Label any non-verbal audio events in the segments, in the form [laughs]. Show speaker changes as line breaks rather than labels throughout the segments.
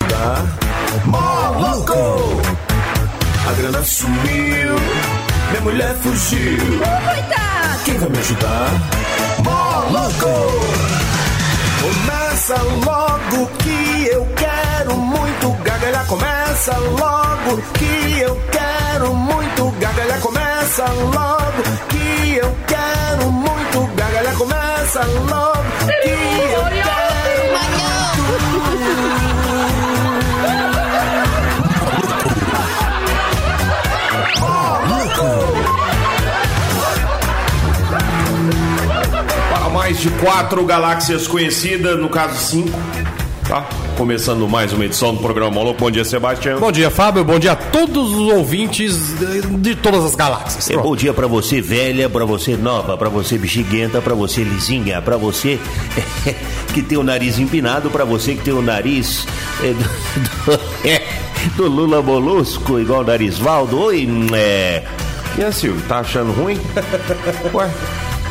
Tá? Moloco! A grana sumiu, minha mulher fugiu.
Coitado!
Quem vai me ajudar? Moloco! Começa logo que eu quero muito gargalhar. Começa logo que eu quero muito gargalhar. Começa logo que eu quero muito gargalhar. Começa logo que eu quero
Para mais de quatro galáxias conhecidas, no caso cinco, tá? Começando mais uma edição do programa Moloco. Bom dia, Sebastião.
Bom dia, Fábio. Bom dia a todos os ouvintes de- de todas as galáxias.
É, bom dia pra você velha, pra você nova, pra você bexiguenta, pra você lisinha, pra você [laughs] que tem o nariz empinado, pra você que tem o nariz é, do, do- [laughs] é, do Lula Molusco, igual o Narisvaldo. Oi, é,
E aí, Silvio, tá achando ruim? Ué,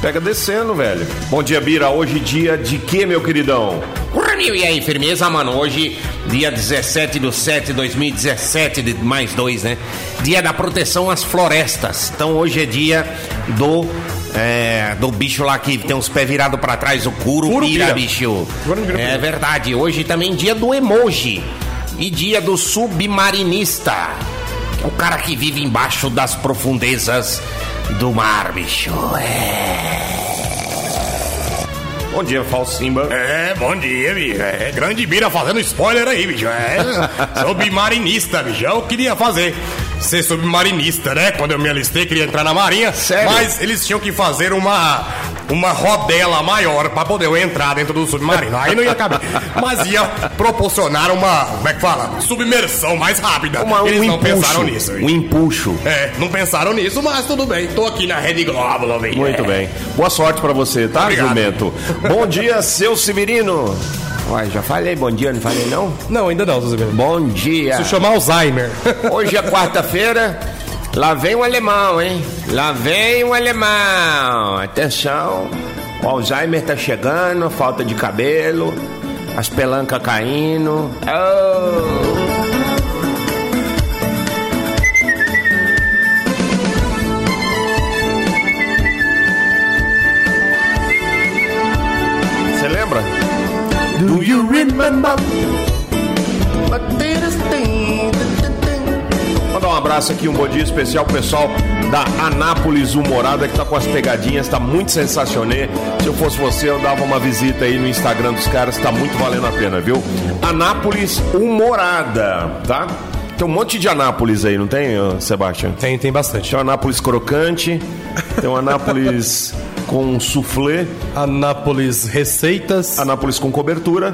pega descendo, velho. Bom dia, Bira. Hoje dia de quê, meu queridão?
Cornil, e aí, firmeza, mano? Hoje, dia 17 de 7 de 2017, de mais dois, né? Dia da proteção às florestas. Então, hoje é dia do. é, do bicho lá que tem uns pés virados pra trás, o curupira,
Curupira.
bicho. É verdade. Hoje também dia do emoji. E dia do submarinista. que é O cara que vive embaixo das profundezas do mar, bicho. É.
Bom dia, Falsimba.
É, bom dia, bicho. É, grande bira fazendo spoiler aí, bicho. É, submarinista, bicho. Eu queria fazer. Ser submarinista, né? Quando eu me alistei, queria entrar na marinha.
Sério?
Mas eles tinham que fazer uma. Uma rodela maior pra poder eu entrar dentro do submarino. Aí não ia caber. Mas ia proporcionar uma. Como é que fala? Submersão mais rápida.
Uma- um
eles não
impulso.
pensaram nisso. bicho.
o empuxo.
É, não pensaram nisso, mas tudo bem. Tô aqui na Rede Globo, bicho.
Muito bem. Boa sorte pra você, tá,
Obrigado.
Jumento? Bom dia, seu Severino. Uai, já falei bom dia, não falei não?
Não, ainda não, Zé Bom
Bom dia.
Se chamar Alzheimer. [laughs]
Hoje é quarta-feira. Lá vem o alemão, hein? Lá vem o alemão. Atenção. O Alzheimer tá chegando, falta de cabelo, as pelancas caindo. Oh. Você lembra? Do you remember? Mandar um abraço aqui, um bom dia especial pro pessoal da Anápolis Humorada que tá com as pegadinhas, tá muito sensacionê. Se eu fosse você, eu dava uma visita aí no Instagram dos caras, tá muito valendo a pena, viu? Anápolis Humorada, tá? Tem um monte de Anápolis aí, não tem, ô, Sebastião?
Tem, tem bastante.
Tem um Anápolis crocante, tem um
[laughs]
Anápolis com um soufflé,
Anápolis Receitas.
Anápolis com cobertura,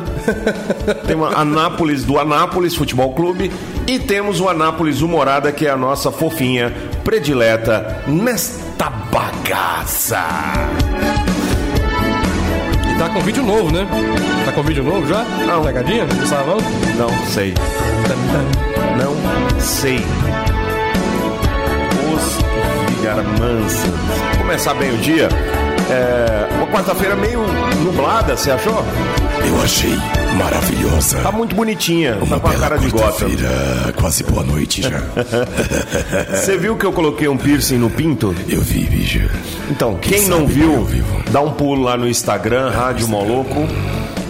tem uma Anápolis do Anápolis Futebol Clube e temos o Anápolis Humorada, que é a nossa fofinha predileta nesta bagaça.
E tá com vídeo novo, né? Tá com vídeo novo já?
Não.
Pegadinha? Do Savão?
Não sei, não sei. Os que ficaram mansos. Começar bem o dia. É, uma quarta-feira meio nublada, você achou?
Eu achei maravilhosa.
Tá muito bonitinha, tá com a cara de gota.
quarta-feira, quase boa noite
[laughs]
já.
Você viu que eu coloquei um piercing no pinto?
Eu vi, bicho.
Então, quem
sabe
não
eu
viu,
vivo.
dá um pulo lá no Instagram, Rádio Moloco,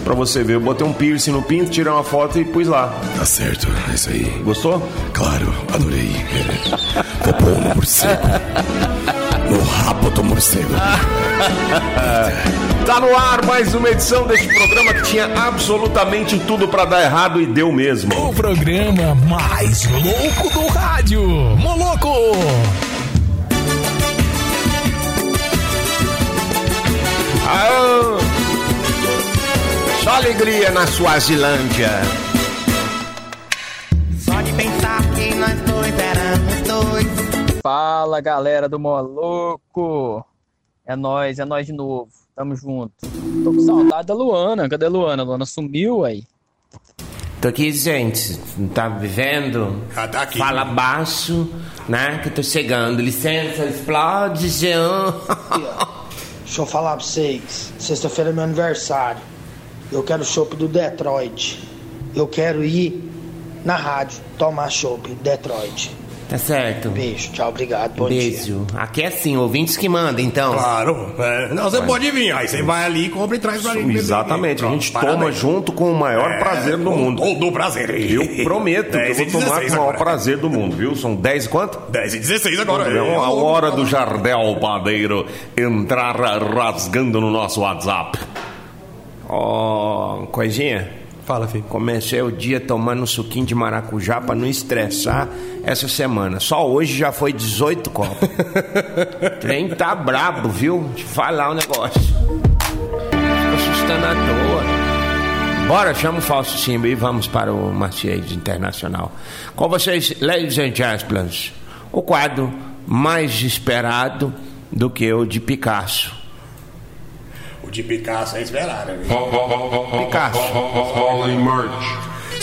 pra você ver. Eu botei um piercing no pinto, tirei uma foto e pus lá.
Tá certo, é isso aí.
Gostou?
Claro, adorei. Vou pôr no morcego. No rabo do morcego.
Tá no ar mais uma edição deste programa que tinha absolutamente tudo pra dar errado e deu mesmo.
O programa mais louco do rádio. Moloco!
Ah, só alegria na Suazilândia.
Só de pensar que nós dois éramos dois.
Fala galera do Moloco! É nóis, é nóis de novo. Tamo junto. Tô com saudade da Luana. Cadê a Luana? A Luana sumiu aí.
Tô aqui, gente. Não tá vivendo?
Ah, tá aqui.
Fala baixo, né? Que eu tô chegando. Licença, explode, Jean. [laughs]
Deixa eu falar pra vocês. Sexta-feira é meu aniversário. Eu quero o chopp do Detroit. Eu quero ir na rádio tomar chopp Detroit.
Tá certo.
Beijo, tchau, obrigado, bom dia.
Beijo. Aqui é assim, ouvintes que mandam, então.
Claro. É, não, você pode vir. Aí você vai ali, compra e traz pra gente. beber.
Exatamente, a gente
Pronto,
toma
parabéns.
junto com o maior
É,
prazer do
com
mundo.
Todo o prazer.
Eu prometo que eu
10 e
vou tomar com
16
o maior
agora.
prazer do mundo, viu? São 10 e quanto?
10 e 16 agora.
É a hora do Jardel Padeiro entrar rasgando no nosso WhatsApp. Ó, coisinha.
Fala, filho.
Comecei o dia tomando um suquinho de maracujá pra não estressar essa semana. Só hoje já foi 18
[laughs]
copos. O trem tá brabo, viu? Deixa eu falar um negócio. Fico assustando à toa. Bora, chama o falso Simba e vamos para o Marciês Internacional. Com vocês, ladies and gentlemen, o quadro mais esperado do que o de Picasso.
O de Picasso é esperar, né?
Picasso.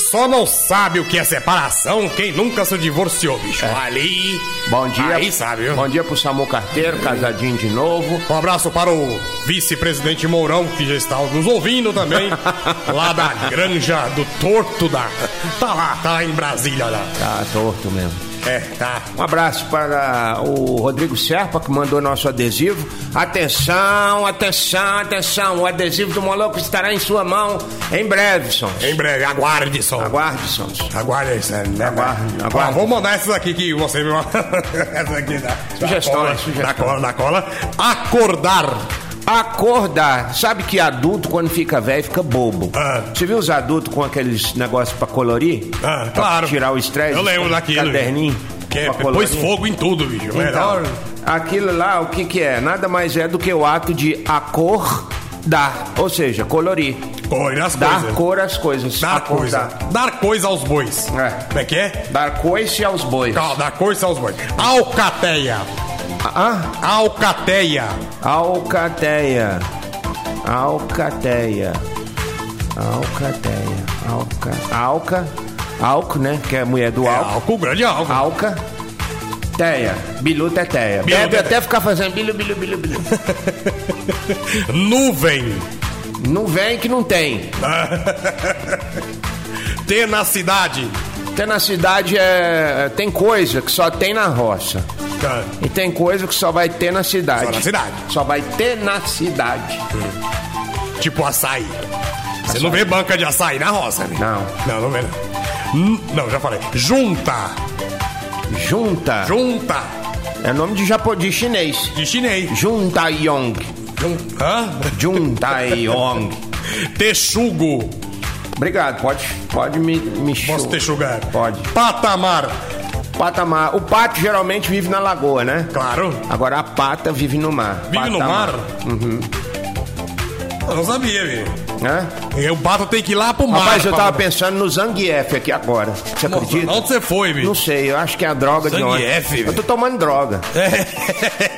Só não sabe o que é separação quem nunca se divorciou, bicho. Ali.
É. Bom dia.
Aí sabe, viu?
Bom dia pro Samu Carteiro, casadinho de novo.
Um abraço para o vice-presidente Mourão, que já está nos ouvindo
[laughs]
também, lá da granja do Torto da. Tá lá, tá lá em Brasília lá.
Tá torto mesmo.
É, tá.
Um abraço para o Rodrigo Serpa, que mandou nosso adesivo. Atenção, atenção, atenção. O adesivo do Moloco estará em sua mão em breve, Sons.
Em breve, aguarde só.
Aguarde, Sons.
Aguarde aí, Sérgio, né?
Aguarde,
Ó,
aguarde.
vou mandar essas aqui que você me mandou. [laughs] Essa aqui da,
Sugestão,
da cola,
né? Sugestão.
Da cola, da cola. Acordar.
Acordar. Sabe que adulto, quando fica velho, fica bobo.
Ah.
Você viu os adultos com aqueles negócios pra colorir?
Ah,
Pra
claro.
tirar o estresse?
Eu lembro daquilo.
Caderninho. Então,
Que é,
pra
pôs
colorir?
fogo em tudo, bicho. Melhor.
Aquilo lá, o que que é? Nada mais é do que o ato de acordar. Ou seja, colorir.
Cor, as
Dar
coisas.
cor às coisas.
Dar
Acordar.
coisa. Dar coisa aos bois.
É.
Como é que é?
Dar coice aos bois.
Calma, dar coisa aos bois. Alcateia.
Ah,
Alcateia.
alcateia. Alcateia. Alcateia. Alca. Alca. Alco, né? Que é a mulher do
É
álcool.
álcool, grande álcool.
Alca. Teia. Bilu teteia.
Bilu
Deve
teteia.
até ficar fazendo bilu, bilu, bilu, bilu.
Nuvem.
não vem que não tem.
Tenacidade.
Até na cidade é... tem coisa que só tem na roça. E tem coisa que só vai ter na cidade.
Só na cidade.
Só vai ter na cidade.
Tipo açaí. Você não vê banca de açaí na roça, né?
Não.
Não, não vê. não. Hum, Não, já falei. Junta.
Junta.
Junta.
É nome de japonês de chinês.
De chinês.
Juntayong.
Junta. Hã?
Juntayong.
Texugo.
Obrigado, pode, pode me, me
Posso
chu-
texugar?
Pode.
Patamar.
Patamar. O pato geralmente vive na lagoa, né?
Claro.
Agora a pata vive no mar.
Vive no mar?
Patamar. Uhum.
Eu não sabia, velho.
Hã?
E O pato tem que ir lá pro mar.
Rapaz, eu
pra-
tava pensando no Zangief aqui agora. Você
Nossa,
acredita?
Onde você foi, bicho?
Não sei, eu acho que é a droga de ontem.
Zangief, velho. É.
Eu tô tomando droga.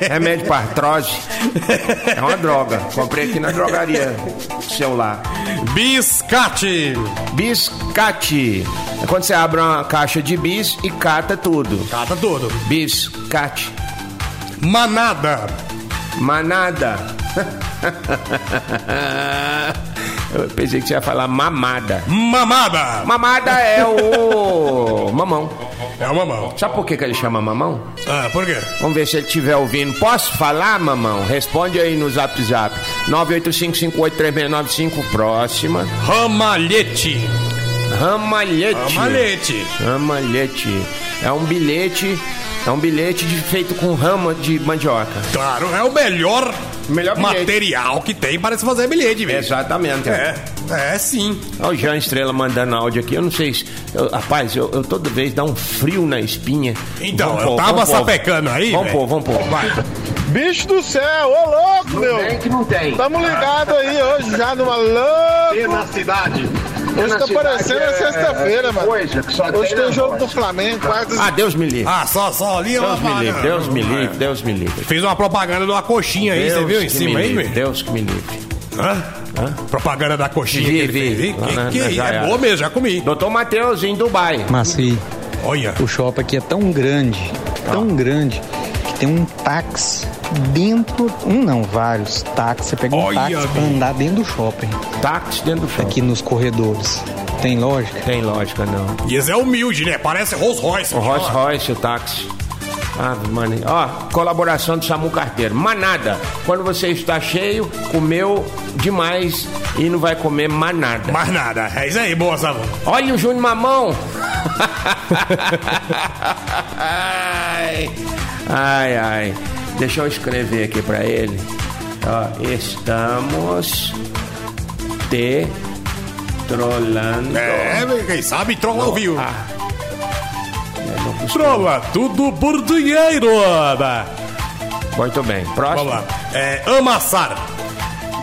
Remédio pra
[laughs]
artrose. É uma droga. Comprei aqui na drogaria celular.
[laughs] Biscate.
Biscate. É quando você abre uma caixa de bis e cata tudo.
Cata tudo.
Biscate.
Manada.
Manada. [laughs] Eu pensei que você ia falar mamada.
Mamada.
Mamada é o mamão.
É o mamão.
Sabe por que, que ele chama mamão?
Ah, por quê?
Vamos ver se ele estiver ouvindo. Posso falar, mamão? Responde aí no zap zap. 985583695. Próxima.
Ramalhete.
Ramalhete.
Ramalhete.
Ramalhete. É um bilhete. É um bilhete de- feito com rama de mandioca.
Claro, é o melhor,
Melhor bilhete.
material que tem para se fazer bilhete, velho.
Exatamente.
É, é sim.
Olha o Jean Estrela mandando áudio aqui. Eu não sei se. eu- rapaz, eu, eu toda vez dá um frio na espinha.
Então,
Vamos
eu
pôr,
tava
vamos pôr.
sapecando aí,
Vamos
velho.
pôr, vamos pôr.
Vai.
Bicho do céu, ô louco, meu!
Tem que não tem.
Tamo ligado aí hoje já no maluco!
na cidade. é,
Hoje tá parecendo a sexta-feira, mano.
Coisa que só
Hoje
na
tem jogo
roça.
do Flamengo, quase.
Ah, Deus me livre.
Ah, só, só ali é uma
Deus me livre,
propaganda.
Deus me livre, Deus me livre.
Fez uma propaganda de uma coxinha aí, você
Deus
viu em
que
cima
me
aí,
livre,
velho?
Deus que me livre.
Hã? Propaganda da coxinha.
Vi,
que ele
vi.
fez, hein?
Lá
Que-
na-
que-
na
é
Jaiara.
boa mesmo, já comi.
Doutor Matheus, em Dubai.
Maci,
Olha.
o shopping aqui é tão grande, tão
Ah.
grande, que tem um táxi dentro. Um não, vários táxis. Você pega um
Olha,
táxi pra
bicho. Tá.
andar dentro do shopping,
Táxi dentro do shopping.
aqui nos corredores. Tem
[laughs]
lógica?
Tem lógica, não.
E esse é humilde, né? Parece Rolls Royce.
O Rolls Royce, o táxi. Ave Maria. Ó, colaboração do Samu Carteiro. Manada. Quando você está cheio, comeu demais e não vai comer mais nada.
Mais nada. É isso aí, boa, Samu.
Olha o Júnior Mamão. ai, ai, ai. Deixa eu escrever aqui pra ele. Ó, estamos te trollando.
É, quem sabe trola ao vivo.
Ah,
Trola tudo por dinheiro, Ana.
Muito bem, próximo.
Vamos lá. É, amassar.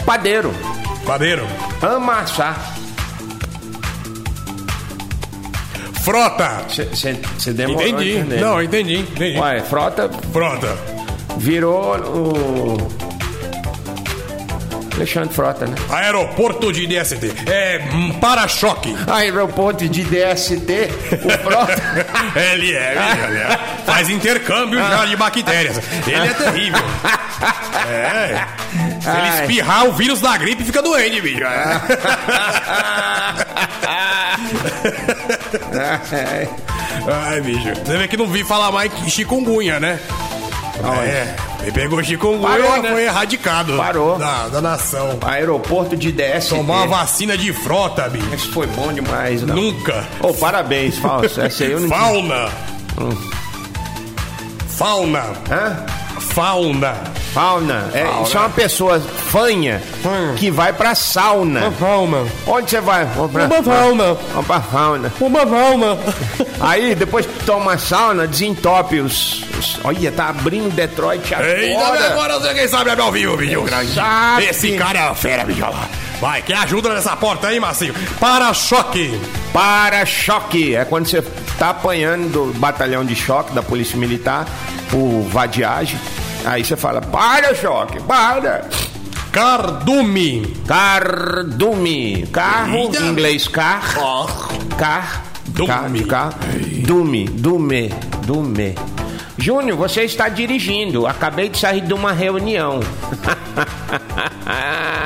Padeiro.
Padeiro.
Amassar.
Frota.
Você demorou a
Entendi.
entender.
Não, entendi. entendi.
Ué, frota
Frota.
virou o... Alexandre Frota, né?
Aeroporto de DST. É hum, para-choque.
Ah, Aeroporto é de DST, o [laughs] Frota...
ele é, ele é. Faz intercâmbio já de bactérias. Ele é terrível. É. Se ele
Ai.
espirrar o vírus da gripe, fica doente, bicho. É. Ai, bicho. Você vê que não vi falar mais que chikungunya, né? É. Me pegou chikungunya
Parou,
e
né?
foi erradicado.
Parou.
Da, da nação.
Aeroporto de DST.
Tomar
[laughs]
uma vacina de frota, bicho.
Isso foi bom demais, né?
Nunca.
Ô, parabéns, Falso. Essa aí eu não...
Fauna. Fauna.
Hã?
Fauna.
Fauna. É, Isso é uma pessoa fanha que vai pra sauna.
Hum. Fauna.
Onde você vai? Vou pra
Uma fauna.
Vamos pra fauna.
Uma fauna.
Aí, depois que toma sauna, desentope os... os- Olha, tá abrindo Detroit agora.
Eita, mas tá agora eu sei quem sabe é ao vivo, bicho grande.
Sabe.
Esse cara é uma fera, bicho olha lá. Vai, quem ajuda nessa porta aí, Marcinho? Para-choque.
Para-choque. É quando você tá apanhando do batalhão de choque da Polícia Militar por vadiagem. Aí você fala, para-choque, para.
Cardume.
Cardume. Carro,
Eita.
em inglês car. Car. Car de carro. Dume. Dume. Dume. Júnior, você está dirigindo. Acabei de sair de uma reunião. [laughs]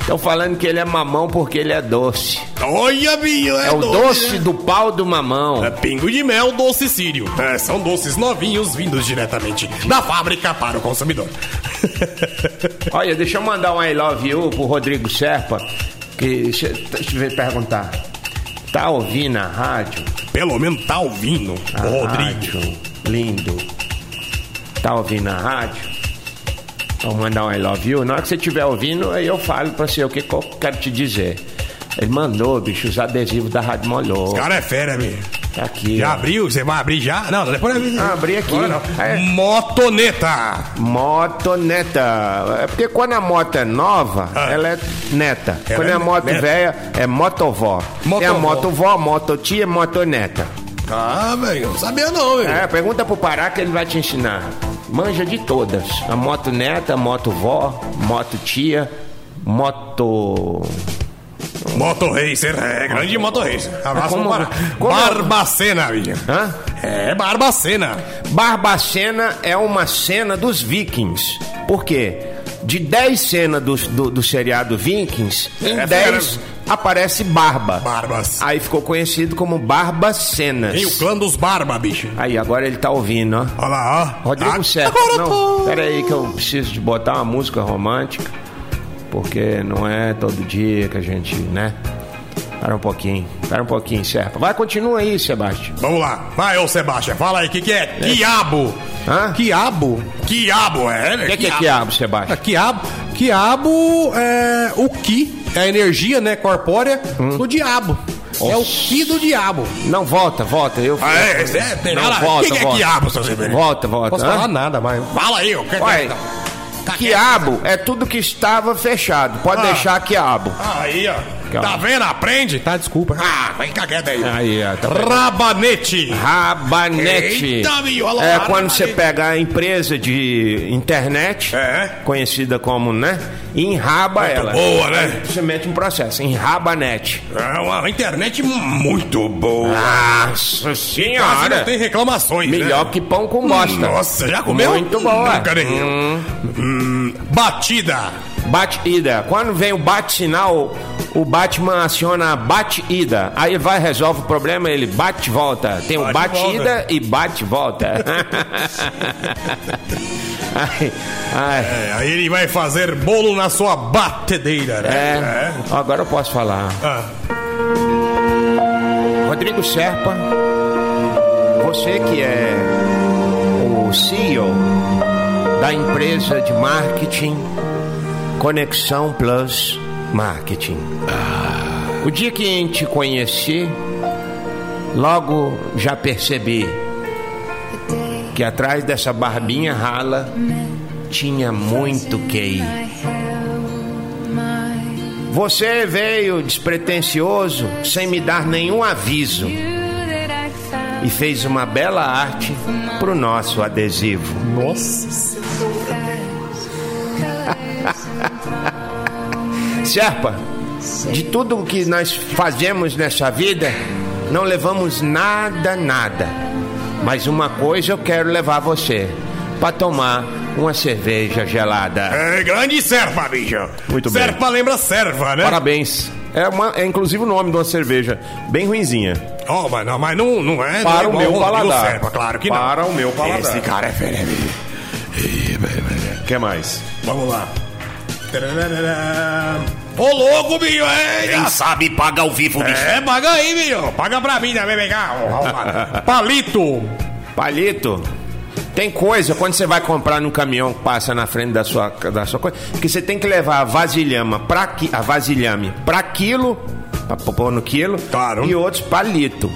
Estão falando que ele é mamão porque ele é doce.
Olha, bicho, é,
É o doce
né?
do pau do mamão.
É pingo de mel, doce sírio. É, são doces novinhos vindos diretamente da fábrica para o consumidor. [laughs]
Olha, deixa eu mandar um I love you pro Rodrigo Serpa. Que, deixa, deixa eu ver, perguntar. Tá ouvindo a rádio?
Pelo menos tá ouvindo,
A
Rodrigo.
rádio, lindo. Tá ouvindo a rádio? Vou mandar um I love you. Na hora que você estiver ouvindo, aí eu falo pra você o que, que eu quero te dizer. Ele mandou, bicho, os adesivos da Rádio Molhou.
O cara é fera, bicho.
Tá Aqui.
Já
ó.
abriu? Você vai abrir já? Não, depois abre.
Ah, abri aqui.
Agora não.
É.
Motoneta.
Motoneta. É porque quando a moto é nova,
Ah.
ela é neta.
Ela
quando
é
é moto
neta.
velha, é motovó. Tem a
Motovó.
motovó, mototia, motoneta.
Ah, velho, não sabia não, velho.
É, pergunta pro Pará que ele vai te ensinar. Manja de todas. A moto neta, moto vó, moto tia, moto.
Moto Racer, é grande Moto Racer. Abraço
Como-
para
como-
Barbacena, bicho.
Hã?
É, Barbacena.
Barbacena é uma cena dos vikings. Por quê? De 10 cenas do, do, do seriado Vikings, em
É,
10 aparece barba.
Barbas.
Aí ficou conhecido como Barbacenas.
Tem o clã dos Barba, bicho.
Aí, agora ele tá ouvindo, ó.
Olha lá, ó.
Rodrigo
Ah,
Sérgio.
agora
Não,
tô.
pera aí que eu preciso de botar uma música romântica, porque não é todo dia que a gente, né? Para um pouquinho, para um pouquinho, Sérgio. Vai, continua aí, Sebastião.
Vamos lá. Vai, ô Sebastião, fala aí, o que que é? Quiabo.
Hã?
Quiabo? Quiabo, é,
O
né?
que, que é quiabo, Sebastião?
Quiabo, quiabo é o ki, é a energia, né, corpórea do diabo. É o ki do diabo.
Não, volta, volta. Eu
Ah, é, é, é, tem
Não,
nada.
volta,
Quem que é
volta.
quiabo, seu Severino?
Volta, volta.
Posso
Hã?
falar nada, mas fala aí, o que
Ué,
Tá
quiabo é tudo que estava fechado. Pode
Ah.
deixar quiabo.
Aí, ó.
Calma.
Tá vendo? Aprende. Tá, desculpa. Ah, vai ficar quieto aí.
Aí, ó, tá bem.
Rabanete.
Rabanete.
Eita, meu, olha lá,
é quando
rabanete.
você pega a empresa de internet,
É.
conhecida como, né? E enraba ela.
boa, né?
Você mete um processo, enrabanete.
É uma internet muito boa.
Nossa
Quase não
Ah, senhora!
tem reclamações, né?
Melhor que pão com bosta.
Nossa, já comeu?
Muito bom, é.
Nunca nem eu. Hum, batida.
Batida. Quando vem o bate-sinal, o Batman aciona bate-ida. Aí vai, resolve o problema, ele bate-volta. Tem o
Bate e volta.
bate-ida e bate-volta. [laughs] ai, ai.
É, aí ele vai fazer bolo na sua batedeira,
É.
né?
Agora eu posso falar. Rodrigo Serpa, você que é o CEO da empresa de marketing Conexão Plus Marketing. O dia que em te conheci, logo já percebi que atrás dessa barbinha rala tinha muito QI. Você veio despretensioso, sem me dar nenhum aviso, e fez uma bela arte pro nosso adesivo. Nossa! Serpa, de tudo o que nós fazemos nessa vida, não levamos nada, nada. Mas uma coisa eu quero levar você: para tomar uma cerveja gelada.
É, grande serva, bicho.
Muito bem.
Serpa lembra serva, né?
Parabéns. É, uma, é inclusive o nome de uma cerveja bem ruinzinha.
Ó, mas não, mas não, não é.
Para
não é igual
o meu
Rodrigo
paladar.
Serpa, claro que não.
Para o meu paladar.
Esse cara é fera.
que mais?
Vamos lá. Ô louco, bicho, é.
Quem sabe paga ao vivo, bicho.
É, paga aí, bicho. Paga pra mim também, vem cá. Ó, ó, ó.
[laughs]
Palito.
Palito. Tem coisa, quando você vai comprar num caminhão que passa na frente da sua, da sua coisa, que você tem que levar a vasilhama pra, qui- a vasilhame pra quilo, pra pôr no quilo, claro. e outros palito.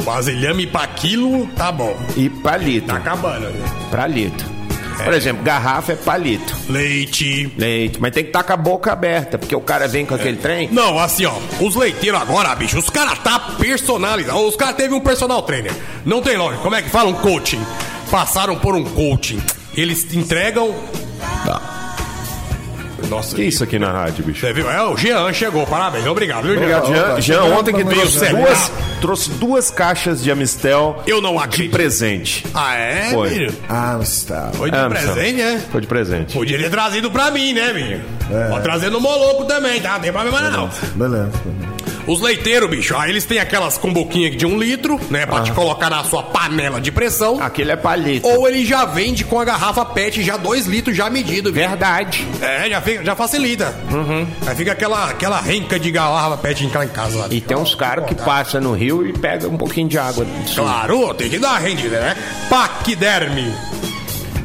Vasilhame pra quilo, tá bom.
E palito. Tá
acabando.
Palito. Por exemplo, garrafa é palito.
Leite.
Leite. Mas tem que estar com a boca aberta, porque o cara vem com aquele trem.
Não, assim, ó, os leiteiros agora, bicho, os caras tá personalizado. Os caras teve um personal trainer. Não tem lógica. Como é que fala um coaching? Passaram por um coaching. Eles entregam. Tá. Nossa,
que isso aqui na rádio, bicho?
Você viu? É, o Jean chegou. Parabéns, obrigado, viu,
Obrigado, Jean. Jean, ontem que trouxe
Trouxe
duas, trouxe duas caixas de Amistel
Eu não acredito.
de presente.
Ah, é,
Foi.
filho?
Amstel.
Foi de presente, é?
Foi de presente.
Podia ter trazido pra mim, né, menino?
É.
Pode trazer no Moloco também, tá? Não tem problema não.
Beleza.
Os leiteiros, bicho, aí eles têm aquelas comboquinhas de um litro, né? Pra te colocar na sua panela de pressão.
Aquele é palito.
Ou ele já vende com a garrafa PET, já dois litros já medido. Bicho.
Verdade.
É, já, fica- já facilita. Aí fica aquela, aquela renca de garrafa PET em- lá em casa. Lá.
E tem uns caras que passam no rio e pegam um pouquinho de água. disso.
Claro, tem que dar uma rendida, né? Paquiderme.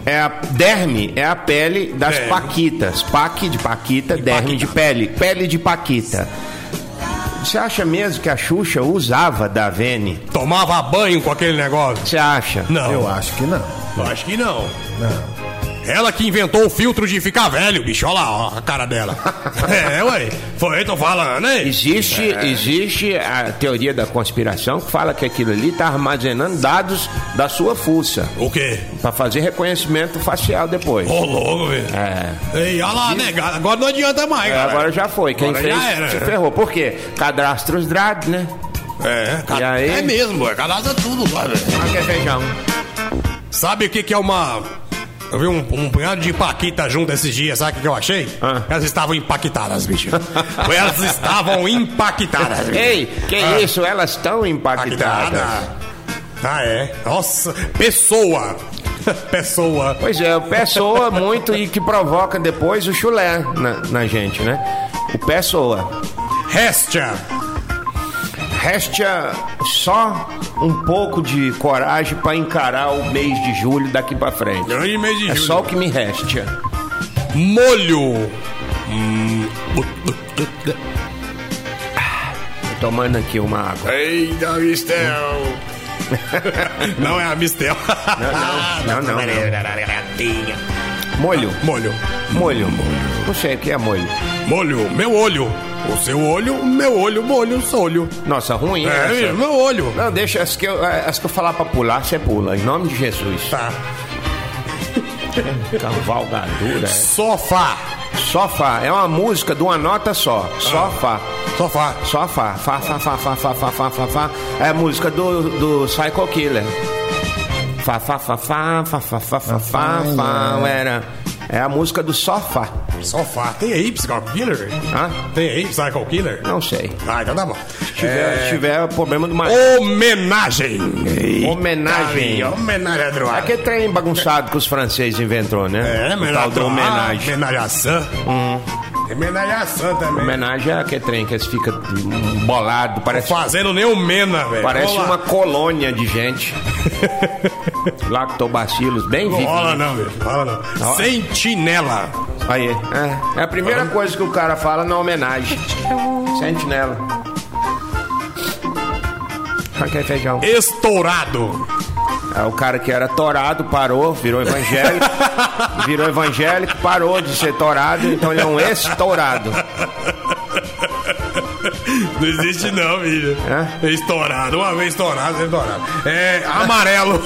É a derme é a pele das
Derme.
paquitas. Paque de paquita, derme de pele. Pele de paquita. Você acha mesmo que a Xuxa usava da Vene?
Tomava banho com aquele negócio?
Você acha?
Não. Eu
acho que não.
Eu acho que não. Ela que inventou o filtro de ficar velho, bicho. Olha lá, ó, a cara dela. é, ué. Foi eu que tô falando, hein?
Existe, existe a teoria da conspiração que fala que aquilo ali tá armazenando dados da sua fuça.
O quê?
Pra fazer reconhecimento facial depois.
Ô, louco, velho.
É.
Ei, olha lá, negado. Agora não adianta mais,
É,
galera.
agora já foi. Quem
Agora
fez
já era.
se ferrou. Por quê? Cadastro os dados, né?
É,
e aí?
É mesmo, é cadastra tudo lá, velho.
é feijão.
Sabe o que, que é uma. Eu vi um, um punhado de paquita junto esses dias, sabe o que, que eu achei?
Ah.
Elas estavam empaquitadas,
[laughs]
bicho. Elas estavam empaquitadas. bicho.
Ei, que
Ah.
isso? Elas estão impactadas.
Impactada. Ah, é? Nossa, pessoa. [laughs] pessoa.
Pois é, o pessoa muito e que provoca depois o chulé na, na gente, né? O pessoa.
Resta.
Resta só um pouco de coragem pra encarar o mês de julho daqui pra frente.
Grande mês de
É
julho.
só o que me resta.
Molho.
Tô Tomando aqui uma água.
Eita, Mistel.
[laughs]
não é a Mistel. [laughs]
Não, não, não. Molho.
Molho.
Molho. Não sei o que é molho.
Molho, meu olho. O seu olho, meu olho, molho, solho.
Nossa, ruim.
É,
essa.
meu, meu olho.
Não, deixa. As que, eu, é, as que eu falar pra pular, você pula. Em nome de Jesus.
Tá.
Cavalgadura. é.
Sofá.
Sofá. É uma música de uma nota só.
Ah.
Sofá.
Sofá.
Sofá. Fá, fá, fá, fá, fá, fá, fá, fá, fá. É a música do, do Psycho Killer. Fá, fá, fá, fá, fá, fá, fá, fá, fá, fá,
Fá,
fá,
né?
era. É a música do Sofá.
Sofá. Tem aí Psycho Killer?
Hã?
Tem aí Psycho Killer?
Não sei.
Ah, então tá bom.
Se tiver,
É,
se tiver problema do mais.
Homenagem! Tá
Homenagem.
Aí, homenagem a Droga.
Aquele trem bagunçado que os franceses inventou, né?
É,
O tal
homenagem.
do homenagem. Hum.
Homenagem à Sam. Homenagem à Sam também.
Homenagem é aquele trem que eles ficam bolado, parece.
Fazendo nem o Mena, velho.
Parece
Vamos lá.
uma colônia de
[laughs]
gente. Lactobacilos, bem
Não
vivos.
rola não, velho. Não Rola não.
Ó.
Sentinela.
Aí. É, é a primeira coisa que o cara fala na homenagem. Sentinela. Aquele é feijão.
Estourado.
É, o cara que era torado parou,
[laughs]
virou evangélico. virou evangélico, parou de ser torado, então ele é um estourado.
Não existe não, filho.
É?
Estourado. Uma vez estourado, sempre estourado. É
[laughs]
amarelo.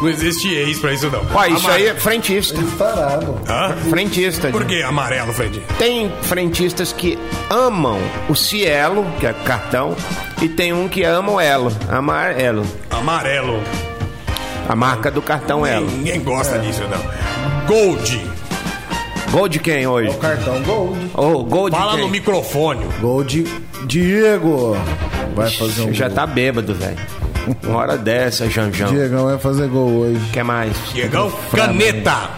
não existe ex pra isso não.
Ó, isso
Amare-
aí é frentista. Estourado.
Hã?
Frentista.
Por que amarelo, Fred?
Tem frentistas que amam o cielo, que é cartão, e tem um que ama o elo, amarelo.
Amarelo.
A marca do cartão elo.
Ninguém
É.
gosta disso não. Gold.
Gol de quem hoje?
Cartão Gold.
Oh, gol de
Fala
quem?
no microfone.
Gol de Diego. Vai fazer um
Já
gol.
tá bêbado, velho. Uma hora dessa, Janjão.
Diegão vai fazer gol hoje.
Quer mais?
Diegão, caneta.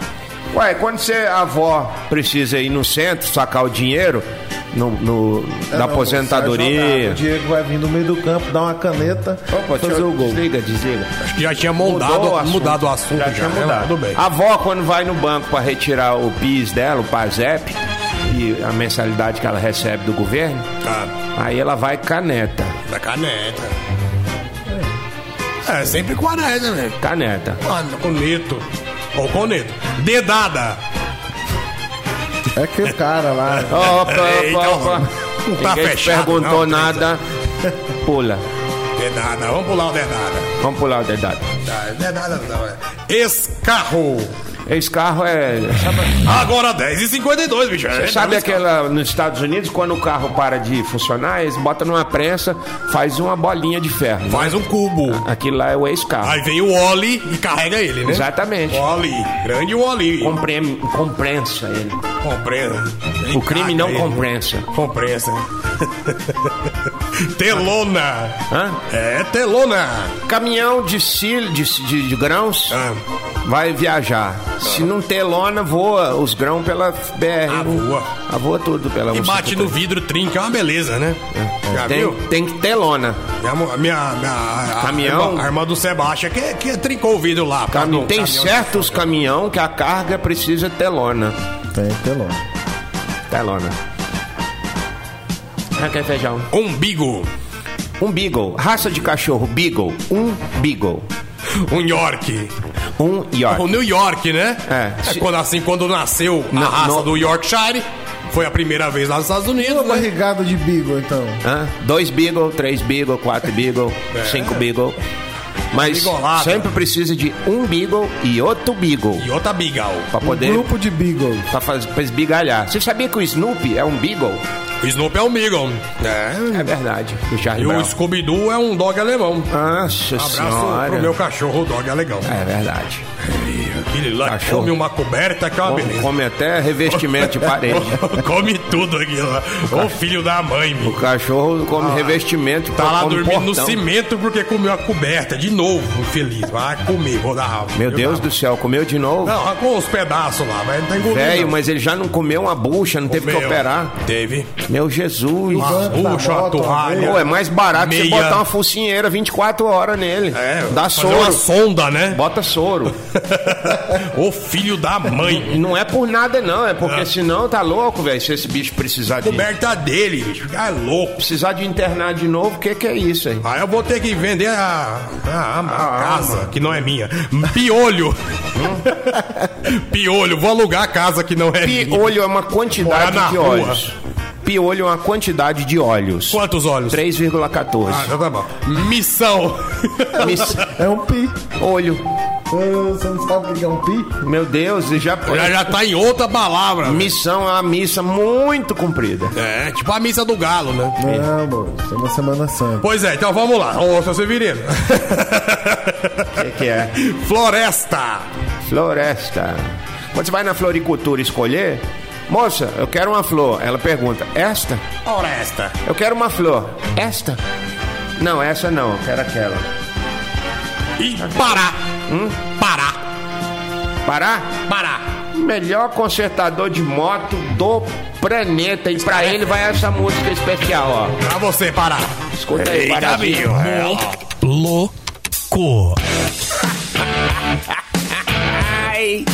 Ué, quando você, a avó, precisa ir no centro sacar o dinheiro no,
É,
no-
não,
da
sai jogar.
aposentadoria.
O Diego vai vir no meio do campo, dar uma caneta,
Opa,
fazer
tio,
o gol.
Desliga, desliga.
Já tinha
Mudou o
moldado,
assunto.
mudado o assunto. Já,
tinha
né?
mudado. Ah.
Tudo bem.
A avó, quando vai no banco para retirar o PIS dela, o PASEP, e a mensalidade que ela recebe do governo,
Tá.
aí ela vai caneta.
Da caneta. É, sempre com anéis, né, velho?
Caneta.
Mano, coneto. Ou coneto. Dedada.
É que o cara lá.
Opa,
Eita,
opa, opa.
não tá
Ninguém te
fechado,
perguntou
não,
nada. Pula.
Dedada. Vamos pular o dedada.
Vamos pular o dedado.
Tá, dedada não, é. Escarro.
Esse carro é.
Agora 10h52, bicho. É,
Você sabe
tá
aquela nos Estados Unidos, quando o carro para de funcionar, eles botam numa prensa, faz uma bolinha de ferro.
Faz um cubo.
Aquilo lá é o ex-carro.
Aí vem o Oli e carrega ele, né?
Exatamente.
Oli. Grande Oli.
Compre- Comprensa ele.
Compreensa.
O crime não
Ele.
compensa.
Compreensa. [laughs] telona.
Hã?
É, telona.
Caminhão de, sil, de, de- de grãos
Ah.
vai viajar. Se não ter lona, voa os grãos pela BR.
Ah, voa.
Ah, voa tudo pela
E bate no
153.
vidro, trinca. É uma beleza, né? Já viu?
tem, tem que ter lona.
Minha, mo- minha, minha a- a-
Caminhão?
A, irmã- a irmã do Sebastião que, que trincou o vidro lá.
Cami-
Caminho,
tem certos caminhão que a carga precisa ter lona.
Tem telão.
Telona. Ah, quer feijão?
Umbigo.
Um beagle. Raça de cachorro, beagle. Um beagle.
Um York.
Um
O
York.
New York, né?
É. Se-
quando, assim, quando nasceu a
Não,
raça
não.
do Yorkshire, foi a primeira vez lá nos Estados Unidos,
Uma
né?
barrigada de Beagle, então.
Hã? Dois beagle, três beagle, quatro beagle,
É.
cinco beagle. Mas
Bigolada.
sempre precisa de um beagle e outro beagle.
E outra Bigal.
Pra poder.
Grupo de Beagle.
Pra, faz, pra esbigalhar. Você sabia que o Snoopy é um beagle?
O Snoop é um Beagle.
É
É.
verdade. O Charlie
E
Brown.
o Scooby-Doo é um dog alemão.
Nossa
Abraço
senhora.
pro meu cachorro, o dog é legal.
É verdade.
Aquele lá
Cachorro.
come uma coberta que é uma
Come,
beleza.
come até revestimento de parede.
[laughs] Come tudo aqui lá. Ô filho da mãe, meu.
O cachorro come revestimento.
Ah, Tá lá
come
dormindo no
portão.
cimento porque comeu a coberta. De novo, infeliz. Vai comer, vou dar raiva.
Meu
Eu
Deus
dava.
do céu, comeu de novo?
Não, arrancou os pedaços lá, mas não tem comida.
Velho, mas ele já não comeu uma bucha, não teve que operar.
Teve.
Meu Jesus.
Uma bucha, uma
moto,
toalha.
Pô, é mais barato você
Meia.
botar uma focinheira 24 horas nele.
É,
Dá
fazer
soro.
uma sonda, né?
Bota soro.
[laughs] Ô filho da mãe.
E não é por nada, não. É porque senão tá louco, velho. Se esse bicho precisar de,
Coberta dele, bicho. Ah, É louco.
precisar de internar de novo, o que, que é isso aí?
Aí Ah, eu vou ter que vender a, a, a casa, que não é minha. Piolho. Hum? [laughs] Piolho, vou alugar a casa que não é minha.
Piolho é uma
Morar na
quantidade de
rua.
olhos. Piolho é uma quantidade de olhos.
Quantos olhos?
3,14.
Ah, então tá bom. [laughs] Missão. Ah.
Miss-
É um pi.
Olho.
Ah, Você não sabe o que é um pi?
Meu Deus, e já.
já, já tá em outra palavra.
Missão é uma missa muito comprida.
É, tipo a missa do galo, né?
Não, amor. Isso é uma Semana Santa.
Pois é, então vamos lá. Ô, seu Severino. [laughs]
O que, que é?
Floresta.
Floresta.
Quando você vai na floricultura escolher, moça, eu quero uma flor. Ela pergunta, esta?
Ora, esta.
Eu quero uma flor. Esta? Não, essa não, eu quero aquela.
E Pará.
Hum?
Pará.
Pará?
Pará.
Melhor consertador de moto do planeta. E pra ele vai essa música especial, ó.
Pra você, Pará.
Escuta aí,
Eita,
Parazinho.
meu, é, ó.
Louco.
Ai.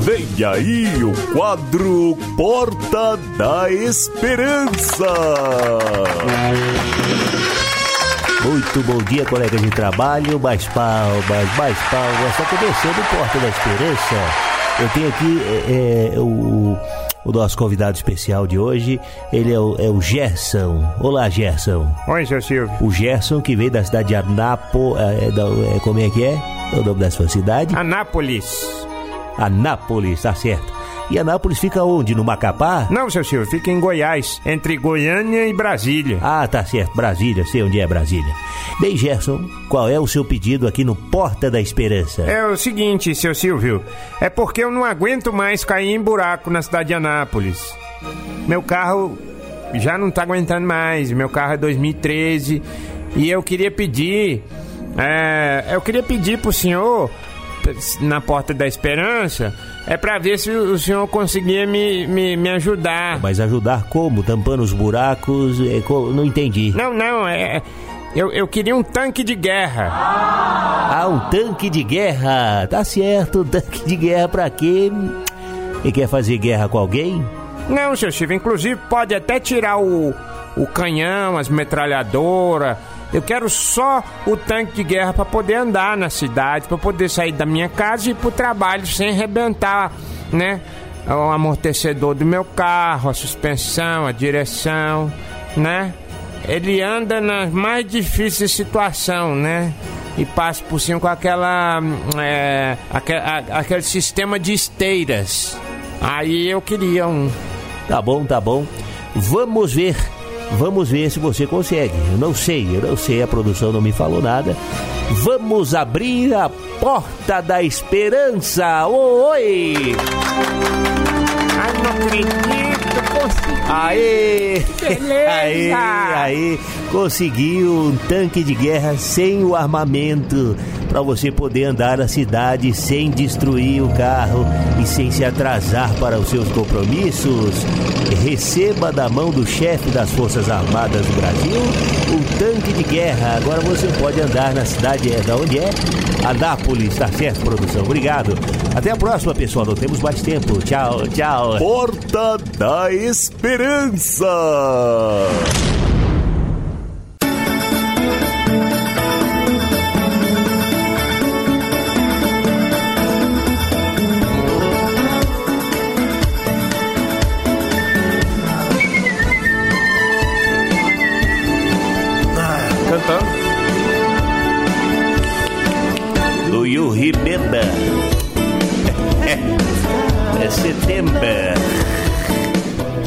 Vem aí o quadro Porta da Esperança.
Muito bom dia, colega de trabalho. Mais palmas, mais palmas. Está começando o Porta da Esperança. Eu tenho aqui é, é, o, o nosso convidado especial de hoje. Ele é o, é o Gerson. Olá, Gerson.
Oi, seu Silvio.
O Gerson que veio da cidade de Anápolis. como é que é? É o nome da sua cidade?
Anápolis.
Anápolis, tá certo. E Anápolis fica onde? No Macapá?
Não, seu Silvio, fica em Goiás, entre Goiânia e Brasília.
Ah, tá certo. Brasília, sei onde é Brasília. Bem, Gerson, qual é o seu pedido aqui no Porta da Esperança?
É o seguinte, seu Silvio, é porque eu não aguento mais cair em buraco na cidade de Anápolis. Meu carro já não tá aguentando mais, meu carro é 2013 e eu queria pedir, é, eu queria pedir pro senhor na Porta da Esperança, é pra ver se o senhor conseguia me, me, me ajudar.
Mas ajudar como? Tampando os buracos? É, co- Não entendi.
Não, não, é. Eu, eu queria um tanque de guerra.
Ah, um tanque de guerra. Tá certo, tanque de guerra pra quê? E quer fazer guerra com alguém?
Não, seu Silvio, inclusive pode até tirar o, o canhão, as metralhadoras. Eu quero só o tanque de guerra pra poder andar na cidade, pra poder sair da minha casa e ir pro trabalho sem arrebentar, né? O amortecedor do meu carro, a suspensão, a direção, né? Ele anda nas mais difíceis situações, né? E passa por cima com aquela. hum, é, aque- a- aquele sistema de esteiras. Aí eu queria um.
Tá bom, tá bom. Vamos ver. Vamos ver se você consegue. Eu não sei, eu não sei, a produção não me falou nada. Vamos abrir a porta da esperança. Oi!
Ai, não acredito, consegui.
Aê!
Beleza!
Aê, aê! Conseguiu um tanque de guerra sem o armamento para você poder andar na cidade sem destruir o carro e sem se atrasar para os seus compromissos. Receba da mão do chefe das Forças Armadas do Brasil um tanque de guerra. Agora você pode andar na cidade é, da onde é? Anápolis, tá certo, produção? Obrigado. Até a próxima, pessoal. Não temos mais tempo. Tchau, tchau.
Porta da Esperança.
Cantando.
Do you remember? É setembro.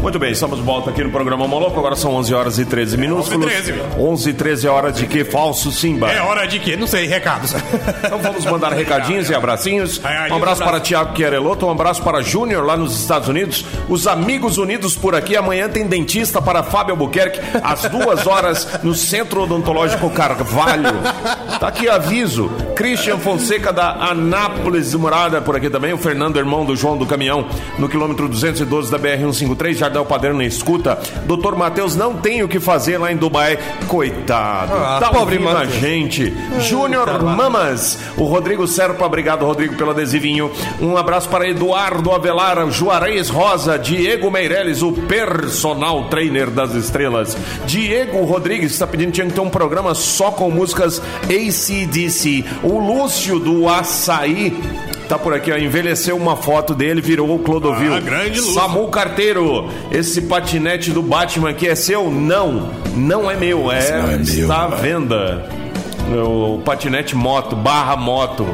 Muito bem, estamos de volta aqui no programa Moloco. Agora são 11 horas e 13 minutos.
11 É, e 13.
11 e 13 é hora de que? Falso Simba.
É hora de quê? Não sei, recados. [laughs]
Então vamos mandar recadinhos e abracinhos. Um abraço para Tiago Quereloto, um abraço para Júnior lá nos Estados Unidos. Os amigos unidos por aqui. Amanhã tem dentista para Fábio Albuquerque às duas horas no Centro Odontológico Carvalho. Tá aqui aviso. Christian Fonseca da Anápolis Morada é por aqui também. O Fernando, irmão do João do Caminhão, no quilômetro 212 da BR-153, Jardel Padeiro na escuta. Doutor Matheus não tem o que fazer lá em Dubai. Coitado.
Ah,
tá
pobre
pobre ouvindo a
Matheus. Ah,
gente. Júnior Mamas, o Rodrigo Serpa, obrigado Rodrigo pelo adesivinho. Um abraço para Eduardo Avelar, Juarez Rosa, Diego Meirelles, o personal trainer das estrelas. Diego Rodrigues está pedindo tinha que ter um programa só com músicas ACDC. O Lúcio do Açaí tá por aqui, ó, envelheceu uma foto dele, virou o Clodovil.
Ah, grande Lúcio.
Samu Carteiro, esse patinete do Batman aqui é seu? Não, não é meu, é, está à venda. É O patinete moto, barra moto,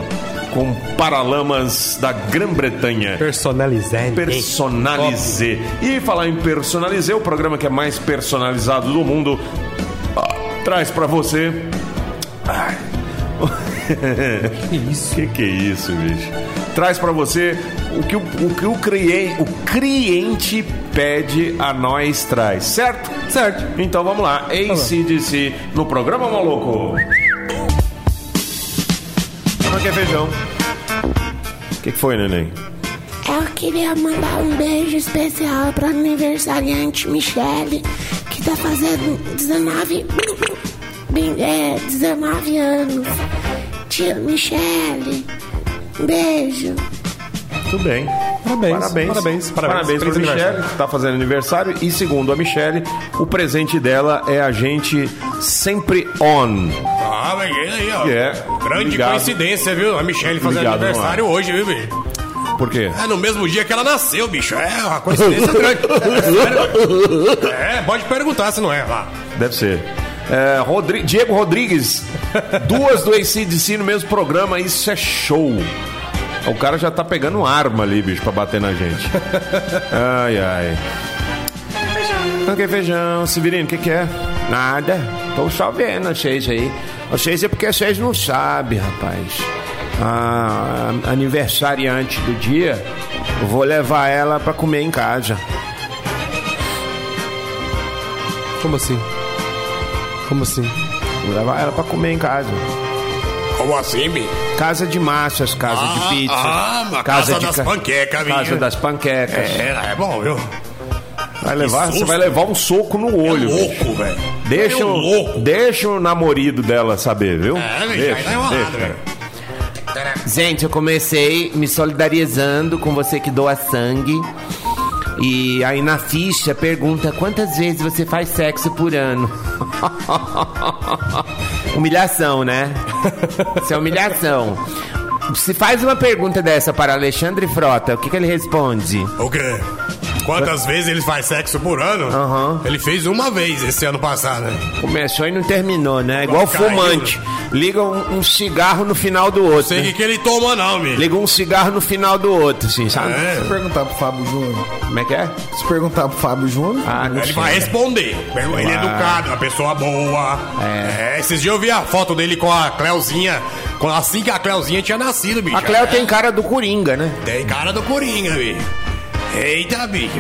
com paralamas da Grã-Bretanha.
Personalizando.
Personalize. E falar em personalize, o programa que é mais personalizado do mundo, ó, traz pra ah, você
que isso? Que que é isso, bicho? Traz pra você o que o, o, que o, clien- o cliente pede a nós traz, certo? Certo. Então vamos lá. ACDC no programa maluco. Como que é feijão? O que, que foi, neném?
Eu queria mandar um beijo especial para aniversariante Michele, que tá fazendo 19, [coughs] bem, é, 19 anos. Tia Michele, um beijo.
Tudo bem.
Parabéns.
Parabéns.
Parabéns.
Parabéns, pra Michelle, que tá fazendo aniversário. E segundo a Michelle, o presente dela é a gente sempre on.
Ah, mas é aí, ó.
Que é,
Grande
ligado.
coincidência, viu? A Michelle fazendo
Ligado, não é?
aniversário hoje, viu, bicho?
Por quê?
É no mesmo dia que ela nasceu, bicho. É uma
[laughs]
coincidência grande. É, pode perguntar se não é lá.
Deve ser. É, Rodri- Diego Rodrigues, [laughs] duas do ACDC no mesmo programa, isso é show. O cara já tá pegando arma ali, bicho, pra bater na gente. Ai, ai. Ok, feijão. Severino, o que, que é? Nada. Tô só vendo vocês aí. Vocês é porque vocês não sabem, rapaz. A a aniversariante do dia, eu vou levar ela pra comer em casa.
Como assim? Como assim?
Vou levar ela pra comer em casa.
Como assim, bicho?
Casa de massas, casa
Ah,
de pizza.
ah, a casa das panquecas, minha.
Casa das panquecas.
É, é bom, viu?
Vai levar,
Que
você
susto.
vai levar um soco no olho.
É
bicho.
louco, velho.
Deixa,
É
o-
louco.
deixa o namorido dela saber, viu?
É, bicho,
deixa,
aí tá enrolado,
deixa,
velho.
Gente, eu comecei me solidarizando com você que doa sangue. E aí na ficha pergunta quantas vezes você faz sexo por ano. [laughs] humilhação, né? Isso é humilhação. Se faz uma pergunta dessa para Alexandre Frota, o que, que ele responde?
O quê? Quantas vezes ele faz sexo por ano? Ele fez uma vez esse ano passado. né?
Começou e não terminou, né? Igual
Caiu.
fumante.
né?
Liga um, um cigarro no final do
Não
outro.
sei o
É.
né?
que, que ele toma, não, bicho. É.
Liga um cigarro no final do outro, assim, sabe?
Se perguntar pro Fábio Júnior.
Como é que é?
Se perguntar pro Fábio Júnior.
Ah,
Ele vai responder. Ele é
Vai.
educado, uma pessoa boa. É. esses dias eu vi a foto dele com a Cleuzinha. com- Assim que a Cleuzinha tinha nascido, bicho.
A Cleo
É.
tem cara do Coringa, né?
Tem cara do Coringa, bicho. Eita, bicho.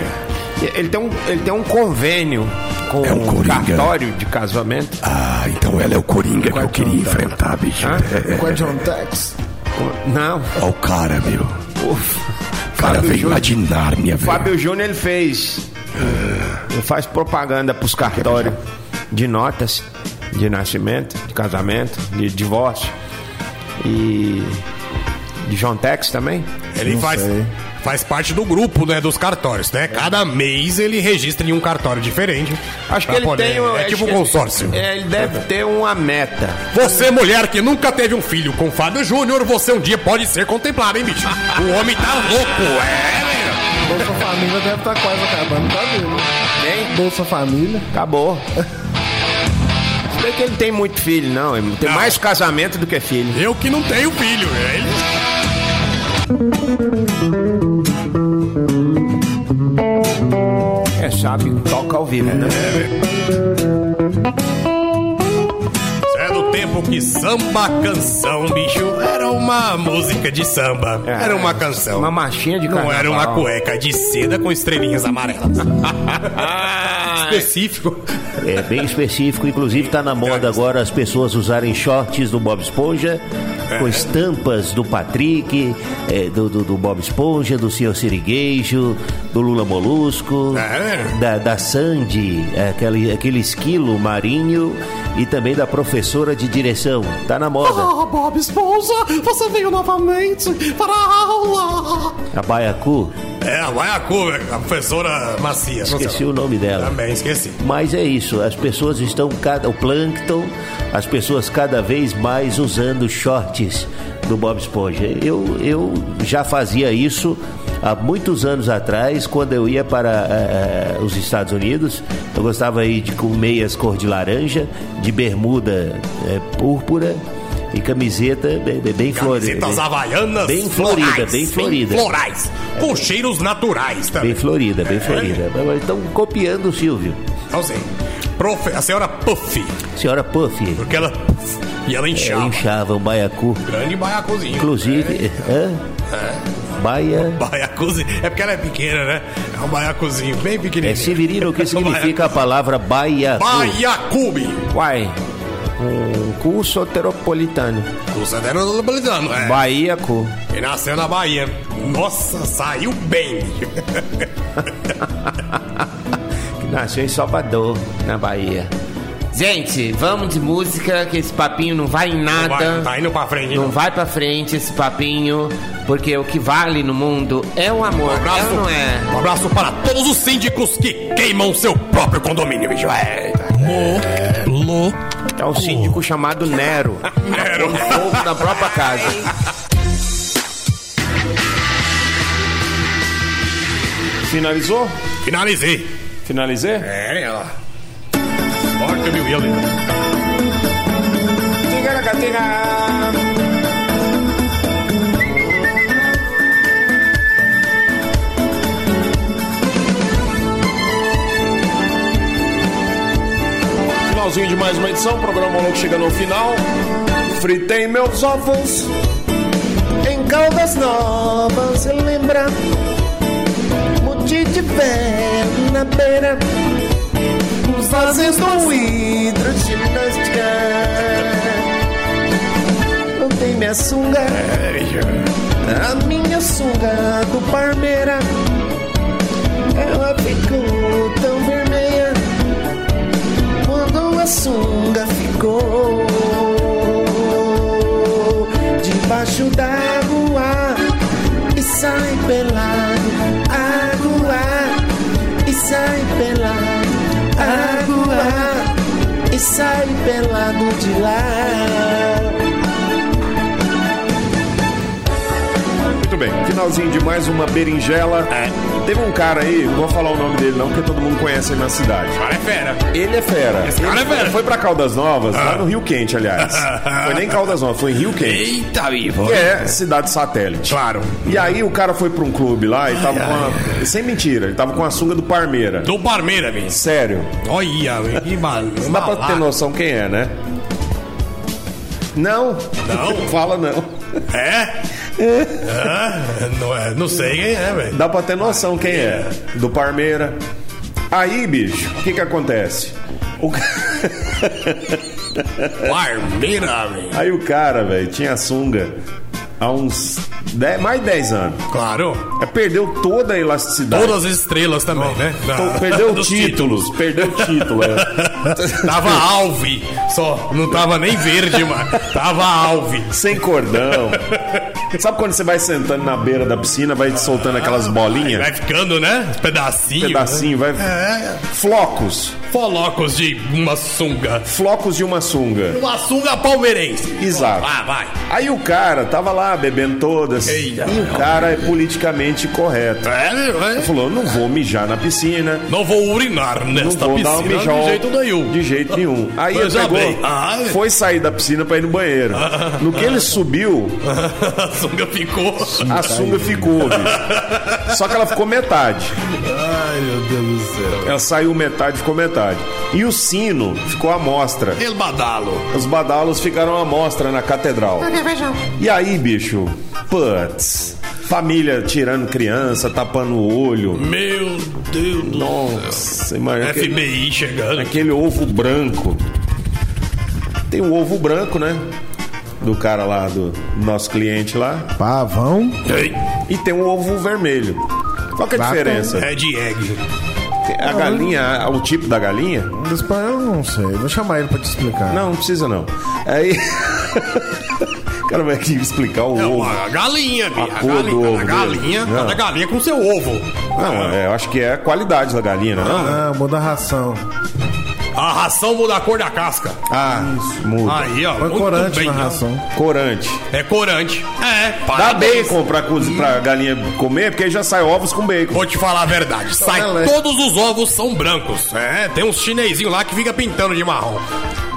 Ele tem um, ele tem um convênio com
É
um
né?
cartório de casamento.
Ah, então ela é o Coringa que eu queria enfrentar, bicho.
Ah, é.
É,
Com a John Tex.
Não.
Olha o cara, meu. O cara
Fábio
veio lá
Júnior.
de Nárnia,
O
velho.
Fábio Júnior ele fez. Ele faz propaganda pros cartórios de notas, de nascimento, de casamento, de divórcio. E. De John Tex também?
Ele faz, faz parte do grupo, né, dos cartórios, né? Cada mês ele registra em um cartório diferente.
Acho que
pra
ele
poder-
tem. um-
É
acho
tipo um
que-
consórcio.
É, ele deve ter uma meta.
Você, mulher que nunca teve um filho com Fábio Júnior, você um dia pode ser contemplado, hein, bicho? O homem tá louco, é, velho.
Bolsa Família deve estar quase acabando. Tá vendo?
Hein?
Bolsa Família.
Acabou. Se bem que ele tem muito filho, não. Ele tem mais casamento do que filho.
Eu que não tenho filho, é velho.
É sábio, toca ao vivo, né?
Isso É do tempo que samba canção, bicho, era uma música de samba. Era uma canção.
Uma marchinha de
É, Não
carnaval.
era uma cueca de seda com estrelinhas
[laughs]
amarelas. Específico.
É bem específico, inclusive tá na moda agora as pessoas usarem shorts do Bob Esponja, com estampas do Patrick, é, do, do, do Bob Esponja, do Senhor Sirigueijo, do Lula Molusco,
É.
da, da Sandy, aquele, aquele esquilo marinho e também da professora de direção. Tá na moda.
Ah, Bob Esponja, você veio novamente para a aula.
A Baiacu.
É, a Maiacu, velho, a professora Macia. não sei
Esqueci
lá.
o nome dela.
Também esqueci.
Mas é isso, as pessoas estão cada o plâncton, as pessoas cada vez mais usando shorts do Bob Esponja. Eu, eu já fazia isso há muitos anos atrás, quando eu ia para eh, eh, os Estados Unidos. Eu gostava aí de com meias cor de laranja, de bermuda eh, púrpura e camiseta bem, bem, bem florida.
Visitas
bem-
havaianas.
Bem florida,
florais,
bem florida.
Florais. Com cheiros naturais também.
Bem florida, bem florida. Mas Estão copiando o Silvio.
Não sei. profe, a senhora Puff.
Senhora Puff.
Porque ela. E ela inchava.
Ela inchava o baiacu.
Grande baiacuzinho.
Inclusive. É.
É.
Baia.
Baiacuzinho. É porque ela é pequena, né? É um baiacuzinho, bem pequenininho. Um
É Severino,
[laughs]
o que significa a palavra baiacu?
Baiacube.
Uai. Um cu soteropolitano.
Os aderopolitanos, é.
Baiacu.
E nasceu na Bahia. Nossa, saiu bem.
Que nasceu em Salvador, na Bahia.
Gente, vamos de música, que esse papinho não vai em nada.
vai, tá indo pra frente,
Não
não.
vai pra frente esse papinho, porque o que vale no mundo é o amor,
Um
é
abraço,
ou não é?
um abraço para todos os síndicos que queimam seu próprio condomínio, bicho. É.
Lo. É um síndico
[laughs]
chamado Nero. Nero. Fogo um na própria casa.
Finalizou?
Finalizei.
Finalizei?
É, ela. Morte meu ele.
Finalzinho de mais uma edição, o programa Maluco chega no final. Fritei meus ovos
Em Caldas Novas, eu lembra Mude de velho na beira Fazendo hidroginástica Montei minha sunga A minha sunga do Parmeira Ela ficou tão vermelha Quando a sunga ficou Debaixo d'água E sai pelado Água E sai pelado Água E sai pelado de lá
Muito bem, finalzinho de mais uma berinjela. Teve um cara aí, não vou falar o nome dele não, porque todo mundo conhece ele na cidade.
Cara é fera.
Ele é fera.
Esse cara é
Ele
fera.
Foi pra Caldas Novas, lá no Rio Quente, aliás. Foi nem Caldas Novas, foi em Rio Quente.
Eita, vivo.
Que é cidade satélite. Claro. E aí o cara foi pra um clube lá e tava com uma... Sem mentira, ele tava com a sunga do Parmeira.
Do Parmeira, velho.
Sério.
Olha, velho, que mal...
Não dá pra ter noção quem é, né? Não.
Não?
Fala não.
É? Ah, não, é- não sei quem é, velho.
Dá pra ter noção quem é. Do Parmeira. Aí, bicho, o que que acontece? O
Parmeira, velho.
Aí o cara, velho, tinha sunga há uns dez- mais de 10 anos. É,
Claro.
perdeu toda a elasticidade.
Todas as estrelas também, né?
Então,
[laughs]
perdeu
Dos
títulos, perdeu título. é.
Tava alve, só. Não tava nem verde, mano. Tava alve.
Sem cordão. Sabe quando você vai sentando na beira da piscina, vai soltando aquelas bolinhas?
Vai ficando, né? Os Pedacinho.
Pedacinho, vai.
É.
Flocos.
Folocos de uma sunga.
Flocos de uma sunga.
Uma sunga palmeirense.
Exato.
Ah, vai.
Aí o cara tava lá bebendo todas.
Eita,
e o cara é politicamente correto.
É,
Ele falou: não vou mijar na piscina.
Não vou urinar nesta
não vou
piscina
dar um mijão
de jeito nenhum.
De jeito nenhum. Aí
Mas
ele
já
pegou,
bem. Ah, é. [laughs]
foi sair da piscina pra ir no banheiro. No que ele subiu,
A sunga ficou.
a sunga ficou. bicho. Só que ela ficou metade.
Ai, meu Deus do céu.
Ela saiu metade, ficou metade. E o sino ficou à mostra.
El badalo.
Os badalos ficaram à mostra na catedral.
Ok, beijão.
E aí, bicho? Putz. Família tirando criança, tapando o olho.
Meu Deus do
Nossa,
É
imagina. aquele-
FBI chegando.
Aquele ovo branco. Tem um ovo branco, né? Do cara lá, do nosso cliente lá.
Pavão.
E tem um ovo vermelho. Qual que é a
Vaca.
diferença?
Red egg.
A galinha, o tipo da galinha?
Ah, Eu não sei. Vou chamar ele pra te explicar.
Não, não precisa não. Aí. [laughs] o cara vai aqui explicar o ovo.
A galinha, bicho.
A cor do ovo
A
dele. Ah.
galinha.
Não.
A galinha com seu ovo.
Não, é, eu acho que é a qualidade da galinha, né? Não?
Ah, muda a ração.
A ração muda a cor da casca.
Ah, muda.
Aí, ó.
Põe
muito
corante
bem,
na
né?
ração.
Corante.
É corante. É,
Dá
parabéns.
bacon pra, cozi- pra galinha comer, porque aí já sai ovos com bacon.
Vou te falar a verdade. Sai,
ela é-
todos os ovos são brancos. É, tem uns chinesinho lá que fica pintando de marrom.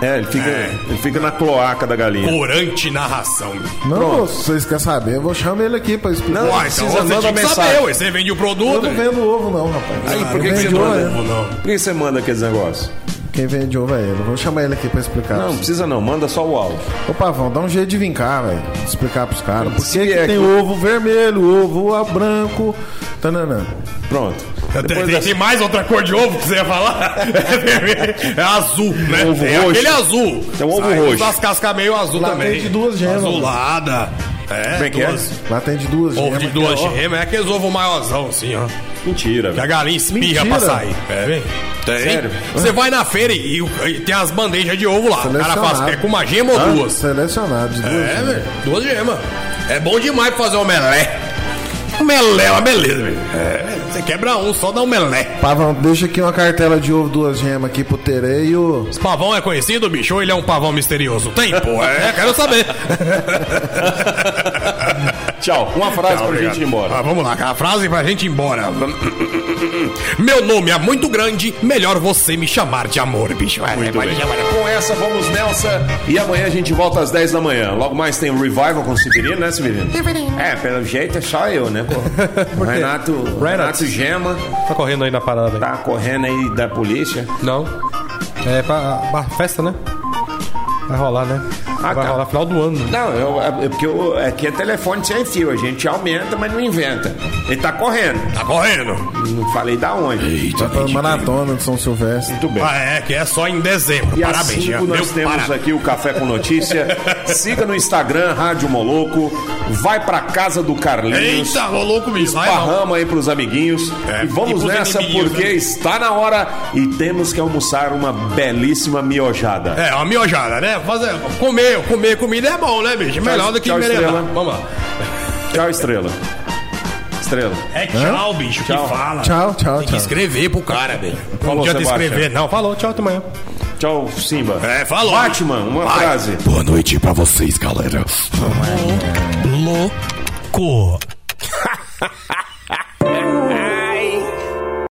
É, ele fica,
É.
Ele fica na cloaca da galinha.
Corante na ração.
Não, vocês querem saber? Eu vou chamar ele aqui pra explicar.
Uai,
precisa,
então você
manda
tinha que
mensagem.
saber, ué. Você vende o
Eu
produto.
não
ué.
vendo ovo, não, rapaz.
Aí, por que,
não
que você
vendo
manda?
ovo,
não.
Por que você manda aqueles negócios?
Quem vende uva é ele. Vou chamar ele aqui pra explicar.
Não, não precisa não, manda só o áudio.
Ô Pavão, dá um jeito de vincar, velho. Explicar pros caras. Por
Se
que, que
é que-
tem ovo vermelho, ovo branco, tananã.
Pronto.
Tem, tem- tem mais outra cor de ovo que você ia falar? [laughs] É, vermelho. É azul, né?
Ovo
é
roxo.
aquele azul.
É um ovo
Sai com
roxo.
umas cascas meio azul
Lá
também.
tem de duas gemas.
Azulada. É,
Como é que é?
duas.
Lá tem de duas
Ovo
gemas.
de duas
Ó,
gemas. É aqueles ovo maiorzão, assim, ó.
Mentira,
Que a
velho.
galinha espirra
Mentira.
pra sair. É, velho. Tem.
Sério?
Você vai na feira e, e- e tem as bandejas de ovo lá. O cara faz
selecionado.
quer com uma gema ou
Hã?
duas?
Selecionado de duas
É,
gemas.
velho. Duas gemas. É bom demais pra fazer um melé. Um melé é uma beleza, velho. É, você quebra um, só dá um melé.
Pavão, deixa aqui uma cartela de ovo, duas gemas aqui pro Tereio.
Esse pavão é conhecido, bicho? Ou ele é um pavão misterioso? Tem, pô. É, quero saber.
[laughs] Tchau. Uma frase pra
obrigado.
gente ir embora.
Ah, vamos lá, a frase pra gente ir embora. Meu nome é muito grande, melhor você me chamar de amor, bicho. É,
Muito
vai
bem.
me chamar de
Com essa, vamos Nelsa. E amanhã a gente volta às 10 da manhã. Logo mais tem o Revival com o Severino, né, Severino?
Severino.
É, pelo jeito é só eu, né, [laughs] pô? Renato, Renato Gema.
Tá correndo aí na parada.
Tá correndo aí da polícia.
Não. É pra, pra festa, né? Vai rolar, né? Vai
tá.
rolar final do ano.
Não, eu, é porque eu, aqui é telefone sem fio. A gente aumenta, mas não inventa. Ele tá correndo.
Tá correndo.
Não falei da onde.
Vai pra maratona de São Silvestre.
Muito bem.
Ah, é, que é só em dezembro.
E às
Parabéns, já.
cinco nós
Meu,
temos
para.
aqui o Café com Notícia. Siga no Instagram, Rádio Moloco. Vai pra casa do Carlinhos.
Eita, ô louco, me sai, não.
Esparrama aí pros amiguinhos.
É,
E
e
vamos
pros
nessa
inimigos,
porque
né?
está na hora e temos que almoçar uma belíssima miojada.
É, uma miojada, né? Fazer, comer, comer comida é bom, né, bicho? Melhor do que
tchau,
merendar.
estrela.
Vamos lá.
Tchau, Estrela. Estrela.
É tchau, bicho,
Tchau.
que fala.
Tchau, tchau,
Tem que
tchau.
escrever pro cara, velho.
Falou,
Não adianta
Sebastião.
escrever, não. Falou, tchau, até amanhã.
Tchau, Simba.
É, falou.
Batman, uma
Vai.
frase.
Boa noite pra vocês, galera.
Louco.